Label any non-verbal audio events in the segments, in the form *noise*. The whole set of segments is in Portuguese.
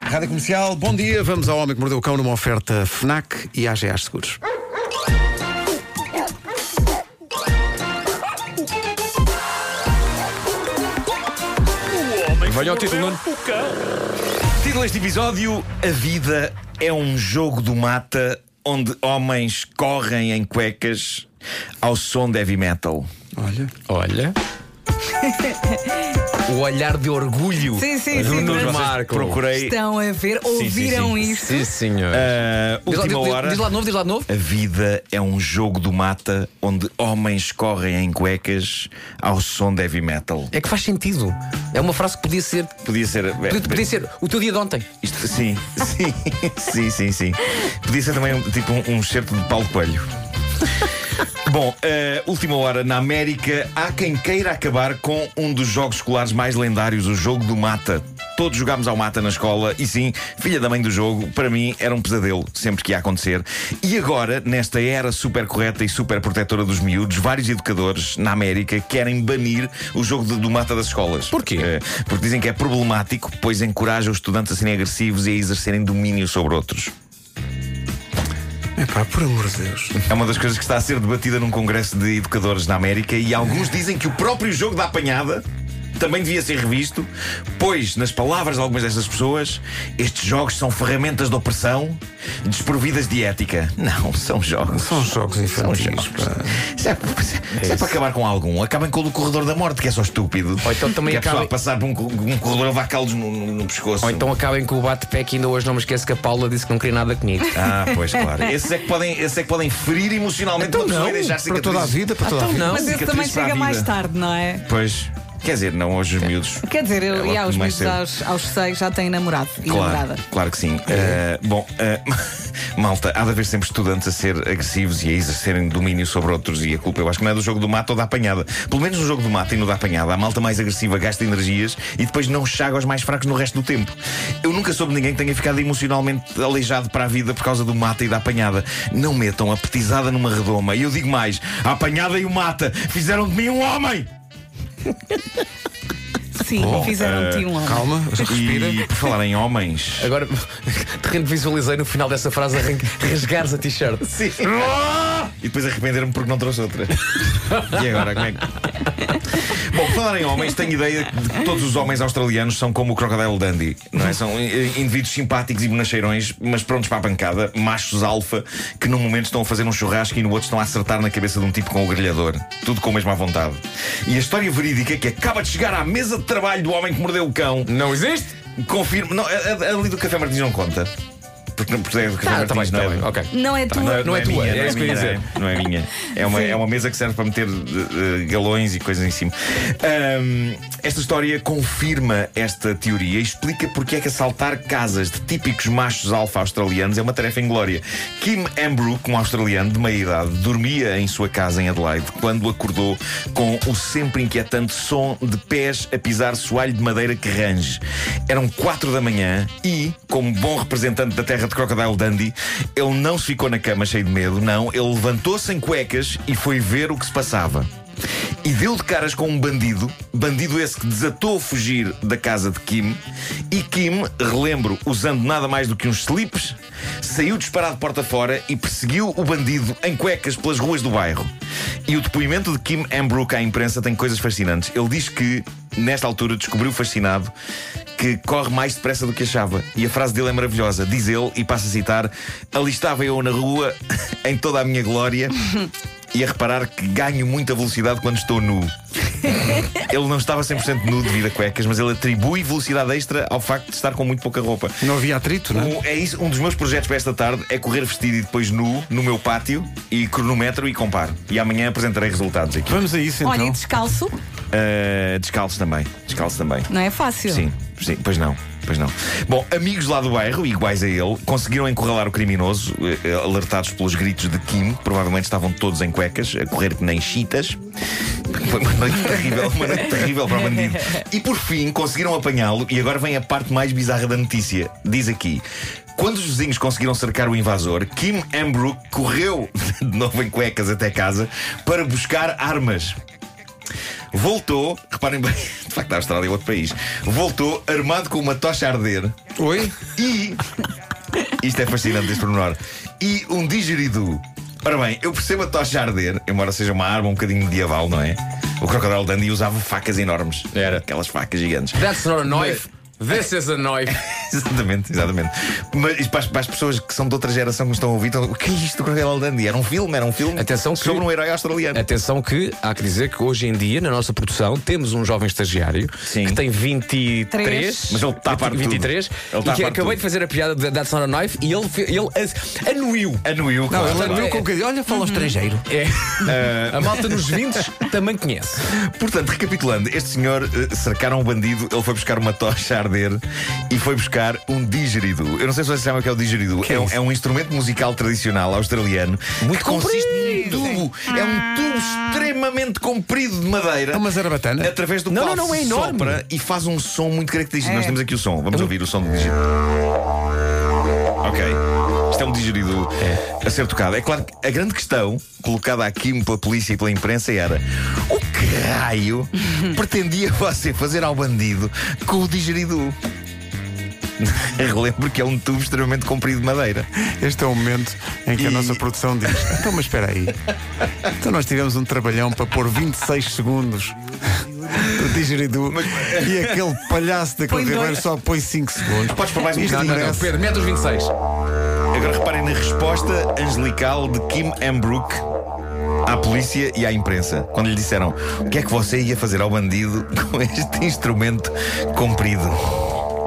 Rádio Comercial, bom dia. Vamos ao Homem que Mordeu o Cão numa oferta FNAC e AGA Seguros. Olha o título, Nuno. Título deste episódio: A vida é um jogo do mata onde homens correm em cuecas ao som de heavy metal. Olha. Olha. o olhar de orgulho Sim, sim, do sim, Nuno mas- Marco. Procurei é- Estão a ver, ouviram sim, isto? Sim, senhor. diz, a lá, eh, última diz- diz- hora. diz lá de novo, diz lá de novo. A vida é um jogo do mata onde homens correm em cuecas ao som de heavy metal. É que faz sentido. É uma frase que podia ser. Podia ser. eh, Podia, podia ser o teu dia de ontem. Isto- sim, *laughs* sim, sim, sim, sim. Podia ser também um- tipo um, um certo de Paulo Coelho. Bom, eh, última hora na América, há quem queira acabar com um dos jogos escolares mais lendários, o jogo do mata. Todos jogámos ao mata na escola e sim, filha da mãe do jogo, para mim era um pesadelo sempre que ia acontecer. E agora, nesta era super correta e super protetora dos miúdos, vários educadores na América querem banir o jogo de- do mata das escolas. Porquê? Eh, porque dizem que é problemático, pois encoraja os estudantes a serem agressivos e a exercerem domínio sobre outros. É pá, por amor de Deus. É uma das coisas que está a ser debatida num congresso de educadores na América e alguns dizem que o próprio jogo da apanhada também devia ser revisto, pois, nas palavras de algumas destas pessoas, estes jogos são ferramentas de opressão desprovidas de ética. Não, são jogos. São jogos infantis, São jogos. pá. Se é, se é para acabar com algum, acabem com o do corredor da morte, que é só estúpido. Ou então também que é a pessoa acabem- a passar por um, co- um corredor a levar calos no, no- no pescoço. Ou então acabem com o bate-pé que ainda hoje não me esqueço que a Paula disse que não queria nada *laughs* comigo. Ah, pois claro. Esses é que podem, esses é que podem ferir emocionalmente uma pessoa e deixar Então para toda a cicatrizes. vida, para toda a vida. não. Mas esse cicatriz também para a chega mais vida. tarde, não é? Pois, quer dizer, não hoje os miúdos. Quer dizer, eu, logo e há os É mais miúdos aos, aos seis já têm namorado e Claro, namorada. claro que sim. Eh, bom, eh, *laughs* malta, há de haver sempre estudantes a ser agressivos e a exercerem domínio sobre outros. E a culpa, eu acho que não é do jogo do mato ou da apanhada. Pelo menos no jogo do mato e no da apanhada, a malta mais agressiva gasta energias e depois não chaga aos mais fracos no resto do tempo. Eu nunca soube de ninguém que tenha ficado emocionalmente aleijado para a vida por causa do mata e da apanhada. Não metam a petizada numa redoma. E eu digo mais: a apanhada e o mata fizeram de mim um homem! Sim, fizeram-te eh, um homem. Calma, respira. E por falar em homens. *laughs* Agora, de repente visualizei no final dessa frase *laughs* arran- rasgares a t-shirt. Sim. E depois arrepender-me porque não trouxe outra. E agora, como é que. Bom, por falar em homens, tenho ideia de que todos os homens australianos são como o Crocodile Dundee, não é? São eh, indivíduos simpáticos e bonacheirões, mas prontos para a pancada, machos alfa, que num momento estão a fazer um churrasco e no outro estão a acertar na cabeça de um tipo com o grelhador. Tudo com a mesma vontade. E a história verídica é que acaba de chegar à mesa de trabalho do homem que mordeu o cão Não existe? confirma. Não, a, a- ali do Café Martins não conta. Porque, porque é do Café Ah, Martins tá bem, tá não é bem. do- Ok. Não é Não tua. é- tua, minha, era não isso que eu ia minha, dizer. Não é, não é minha. É uma, é uma mesa que serve para meter eh, eh, galões e coisas em cima. Ahm, esta história confirma esta teoria e explica porque é que assaltar casas de típicos machos alfa australianos é uma tarefa em glória. Kim Ambrook, um australiano de meia idade, dormia em sua casa em Adelaide quando acordou com o sempre inquietante som de pés a pisar soalho de madeira que range. Eram quatro da manhã e, como bom representante da terra de Crocodile Dundee, ele não se ficou na cama cheio de medo, não. Ele levantou-se em cuecas e foi ver o que se passava. E deu de caras com um bandido, bandido esse que desatou a fugir da casa de Kim. E Kim, relembro, usando nada mais do que uns slips, saiu disparado porta fora e perseguiu o bandido em cuecas pelas ruas do bairro. E o depoimento de Kim Ambrook à imprensa tem coisas fascinantes. Ele diz que, nesta altura, descobriu fascinado que corre mais depressa do que achava. E a frase dele é maravilhosa. Diz ele, e passo a citar: Ali estava eu na rua, *laughs* em toda a minha glória, e a reparar que ganho muita velocidade quando estou nu. Ele não estava 100% nu devido a cuecas, mas ele atribui velocidade extra ao facto de estar com muito pouca roupa. Não havia atrito, não é? Um, é isso, um dos meus projetos para esta tarde é correr vestido e depois nu no meu pátio e cronometro e comparo. E amanhã apresentarei resultados aqui. Vamos a isso Olha, então. e descalço Ah, descalço também. Descalço também. não é fácil. Sim, sim, pois não, pois não. Bom, amigos lá do bairro, iguais a ele, conseguiram encurralar o criminoso, eh, eh, alertados pelos gritos de Kim, que provavelmente estavam todos em cuecas, a correr que nem chitas. *laughs* Foi uma noite terrível, uma noite terrível para o bandido. E por fim conseguiram apanhá-lo, e agora vem a parte mais bizarra da notícia. Diz aqui. Quando os vizinhos conseguiram cercar o invasor, Kim Ambrook *laughs* correu de novo em cuecas até casa para buscar armas. Voltou, reparem bem, *laughs* de facto a Austrália é outro país. Voltou armado com uma tocha a arder Oi? e. Isto é fascinante, este pormenor. E um digeridu. Ora bem, eu percebo a tocha a arder, embora seja uma arma um bocadinho medieval, não é? O Crocodile Dundee usava facas enormes. Era. Aquelas facas gigantes. *laughs* That's not a knife. This is a knife. Exatamente, exatamente. Mas isto para as, para as pessoas que são de outra geração que nos estão a ouvir, estão, o que é isto do Crocodile Dundee? Era um filme, era um filme Atenção que- sobre um herói australiano. Atenção que há que dizer que hoje em dia, na nossa produção, temos um jovem estagiário Sim. que tem 23. Três. Mas ele tapa 23 tudo. Ele e que tapa tudo. acabei de fazer a piada de That's Not a Knife e ele, fe- ele as- anuiu. Anuiu, claro. ele claro. é. anuiu com- um Olha, fala estrangeiro. É. A malta nos 20 também conhece. Portanto, recapitulando, este senhor eh, cercaram um bandido, ele foi buscar uma tocha a arder e foi buscar um dígerido. Eu não sei se vocês sabem o que é o dígerido. é, um, é um instrumento musical tradicional australiano Muito que consiste num tubo. É um tubo extremamente comprido de madeira. É uma zarabatana? Através do Não, qual não, não, é se enorme. sopra e faz um som muito característico. É. Nós temos aqui o som. Vamos ouvir o som do dígerido. Ok. Isto é um digerido a ser tocado. É claro que a grande questão colocada aqui pela polícia e pela imprensa era o que raio pretendia você fazer ao bandido com o digerido? *laughs* Relembro que é um tubo extremamente comprido de madeira. Este é o momento em que a E- nossa produção diz: Então, mas espera aí. Então, nós tivemos um trabalhão para pôr 26 segundos *laughs* do digeridu e aquele palhaço daquele Põe dois. Ribeiro só põe 5 segundos. Podes pôr mais um Isto bocadinho. Não, não, é? merece- Pedro, mete os 26. Agora reparem na resposta angelical de Kim Ambrook à polícia e à imprensa, quando lhe disseram o que é que você ia fazer ao bandido com este instrumento comprido.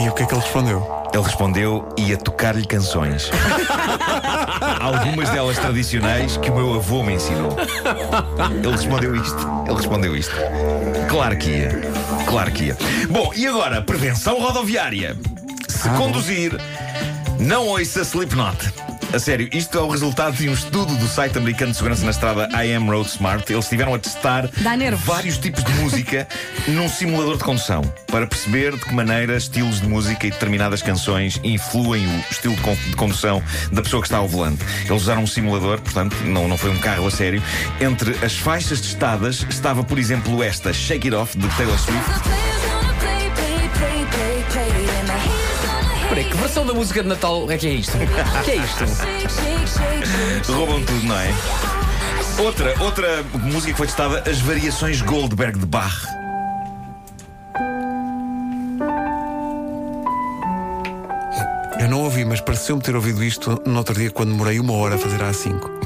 E o que é que ele respondeu? Ele respondeu: ia tocar-lhe canções. Algumas delas tradicionais que o meu avô me ensinou. Ele respondeu isto. Ele respondeu isto. Claro que ia. Claro que ia. Bom, e agora, prevenção rodoviária. Se conduzir, não ouça Slipknot. A sério, isto é o resultado de um estudo do site americano de segurança na estrada I Am Road Smart. Eles estiveram a testar Dá nervos. vários tipos de música num simulador de condução para perceber de que maneira estilos de música e determinadas canções influem o estilo de, con- de condução da pessoa que está ao volante. Eles usaram um simulador, portanto, não, não foi um carro a sério. Entre as faixas testadas estava, por exemplo, esta Shake It Off de Taylor Swift. Peraí, que versão da música de Natal é que é isto? O que é isto? Roubam tudo, não é? Outra, outra música que foi testada, as variações Goldberg de Bach. Eu não ouvi, mas pareceu-me ter ouvido isto no outro dia quando demorei uma hora a fazer a A5.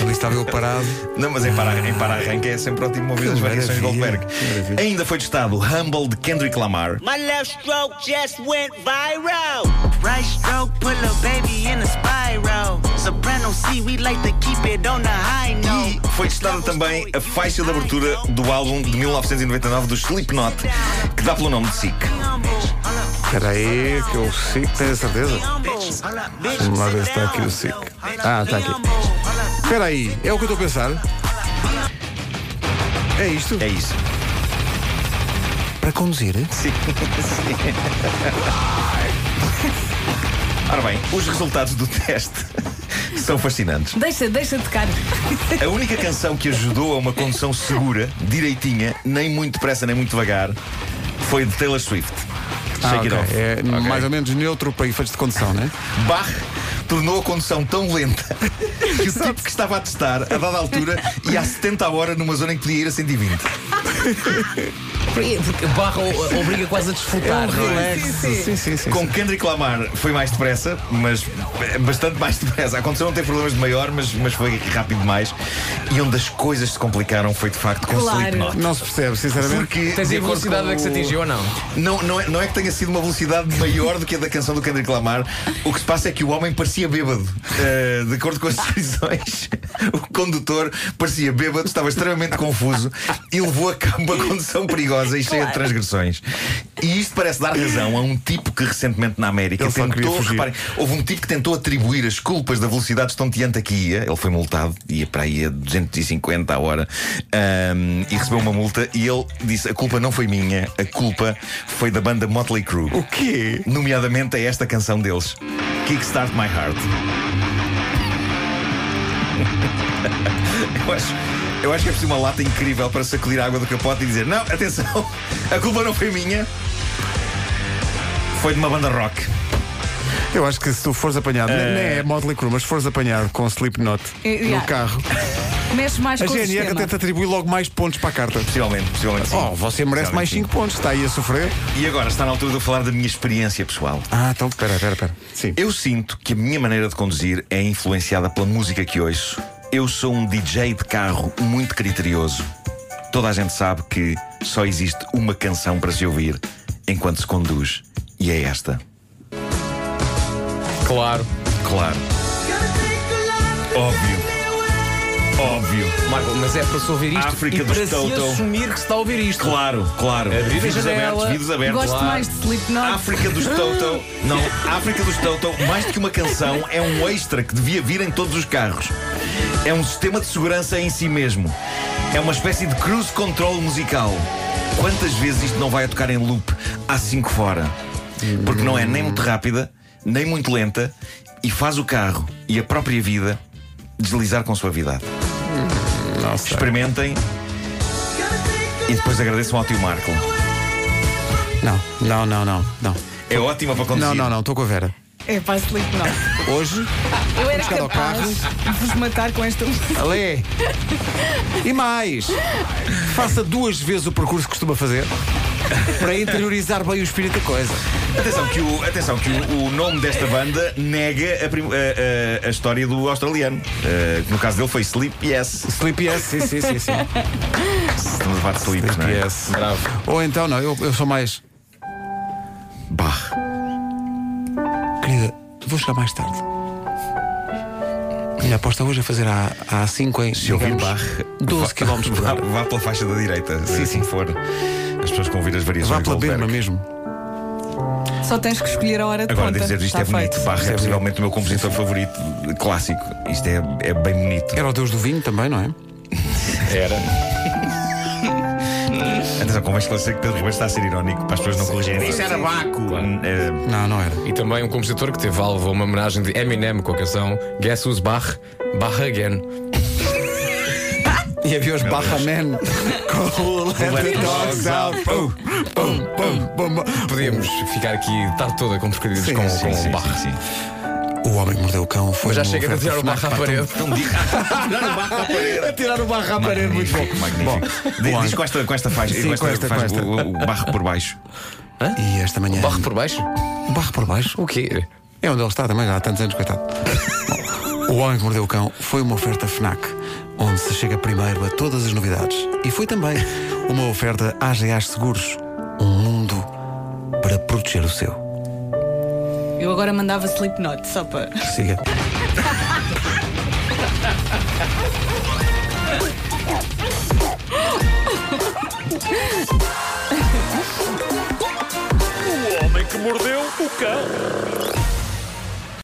Ali estava eu parado. Não, mas em para, em para arranque é sempre ótimo ouvir Que as variações maravilha, Goldberg. que maravilha. Ainda foi testado Humble de Kendrick Lamar. My left stroke just went viral. Right stroke put a baby in a spiral. Soprano C, we like to keep it on the high note. E foi testada também a faixa de abertura do álbum de 1999 do Slipknot, que dá pelo nome de Sick. Espera aí, que eu sigo, tenho a certeza. Vamos lá ver se está aqui o SIC. Ah, está aqui. Espera aí, é o que eu estou a pensar? É isto? É isso. Para conduzir? Sim. Sim. Ora bem, os resultados do *laughs* teste são fascinantes. Deixa, deixa tocar. A única canção que ajudou a uma condução segura, direitinha, nem muito depressa nem muito devagar, foi de Taylor Swift. Shake Ah, it ok. off. É Ok. mais ou menos neutro para efeitos de condução, né? Bach tornou a condução *laughs* tão lenta que o tipo que estava a testar, a dada altura, ia a 70 a hora numa zona em que podia ir a 120. Porque barra o- obriga quase a desfrutar. não é? Sim, sim, sim. sim. Com Kendrick Lamar foi mais depressa, mas bastante mais *laughs* depressa. Aconteceu não ter problemas de maior, mas, mas foi rápido demais. E onde as coisas se complicaram foi de facto com Claro. Slipknot. Não se percebe, sinceramente. Porque Tens aí de a acordo velocidade com a que se o- atingiu ou não? Não, não, é, não é que tenha sido uma velocidade maior do que a da canção do Kendrick Lamar. O que se passa é que o homem parecia bêbado. Eh, de acordo com as descrições, *laughs* o condutor parecia bêbado, estava extremamente confuso e levou a cabo uma condução perigosa e cheia de transgressões. E isto parece dar razão a um tipo que recentemente na América Ele só queria tentou, fugir. reparem, houve um tipo que tentou atribuir as culpas da velocidade estonteante a que ia. Ele foi multado, ia para aí a 250 a hora ahm, e recebeu uma multa. E ele disse: A culpa não foi minha, a culpa foi da banda Motley Crue. O quê? Nomeadamente a esta canção deles: Kickstart My Heart. eu acho. Eu acho que é preciso uma lata incrível para sacudir a água do capote e dizer: Não, atenção, a culpa não foi minha, foi de uma banda rock. Eu acho que se tu fores apanhado, nem nem é Motley Crue, mas se fores apanhado com Slipknot Eu- eu- no carro, Mexe mais a com o é GNR sistema. até te atribui logo mais pontos para a carta. Possivelmente, possivelmente. sim. Oh, você merece mais Possivelmente sim. 5 pontos, está aí a sofrer. E agora está na altura de eu falar da minha experiência pessoal. Ah, então, espera, espera, espera. Sim. Eu sinto que a minha maneira de conduzir é influenciada pela música que ouço. Eu sou um DJ de carro muito criterioso. Toda a gente sabe que só existe uma canção para se ouvir enquanto se conduz, e é esta. Claro. Claro. Óbvio. Óbvio. Marco, mas é para se ouvir isto África e dos para se Toto. assumir que se está a ouvir isto. Claro, claro. Abrir a Vidros janela. É abertos, vidros abertos. Gosto Claro. mais de Slipknot. África dos Toto. Não, África dos Toto, mais do que uma canção, é um extra que devia vir em todos os carros. É um sistema de segurança em si mesmo. É uma espécie de cruise control musical. Quantas vezes isto não vai a tocar em loop há cinco fora? Porque não é nem muito rápida, nem muito lenta e faz o carro e a própria vida deslizar com suavidade. Experimentem e depois agradeçam ao tio Marco. Não, não, não, não, não. É ótima para conduzir. Não, não, não, estou com a Vera. Ah. É para Slipknot. Hoje, Eu era Buscar ao capaz de vos matar com esta música. Alê. E mais, faça duas vezes o percurso que costuma fazer para interiorizar bem o espírito da coisa. Atenção que, o, atenção que o, o nome desta banda nega a, prim- a- a- a história do australiano. Eh, que no caso dele foi Sleep Yes. Sleepy S, sim, sim, *laughs* sim, sim. Estamos a levar de Sleep, não é? Yes. Ou então, não, eu, eu sou mais. Bah. Querida, vou chegar mais tarde. Minha aposta hoje é fazer a, a 5 em Se ouvir digamos, Bach, 12 vá- km por vá, hora. vá pela faixa da direita, se assim for. As pessoas vão ouvir as variações Vá pela do Goldberg. berma mesmo. Só tens que escolher a hora de Agora, ponta. devo dizer, isto Está é bonito. feito. Bach é é possivelmente o meu compositor favorito eh, clássico. Isto é, é bem bonito. Era o Deus do vinho também, não é? Era. Atenção, convém esclarecer que Pedro Ribeiro está a ser irónico para as pessoas não corrigirem. Hum, Isso era Baco! eh, Não, não era. E também um compositor que teve alvo a uma homenagem de Eminem com a canção Guess Who's Bach? Bach Again. E havia os *laughs* Barramen com o Let the Dogs Out. Pum, pum, pum, pum. Podíamos ficar aqui tarde toda com trocadilhos Sim, com, sim, com o Bach. Sim, sim. O homem que mordeu o cão foi. Mas já uma chega a oferta tirar o Fnac Bach à para parede. Não diga. Não, o Bach à parede. A *laughs* tirar o barra à parede, muito Magnífico, bom. magnífico. Diz- Bom, Diz com esta, com esta faixa, Sim, com esta, faz com esta. O, o barro por baixo. E esta manhã. Bach por baixo? Barra por baixo? O quê? É onde ele está também, já há tantos anos, coitado. Bom, o Homem que Mordeu o Cão foi uma oferta Fnac, onde se chega primeiro a todas as novidades. E foi também uma oferta AGAs Seguros um mundo para proteger o seu. Eu agora mandava Slipknot, só para. Siga. O homem que mordeu o cão.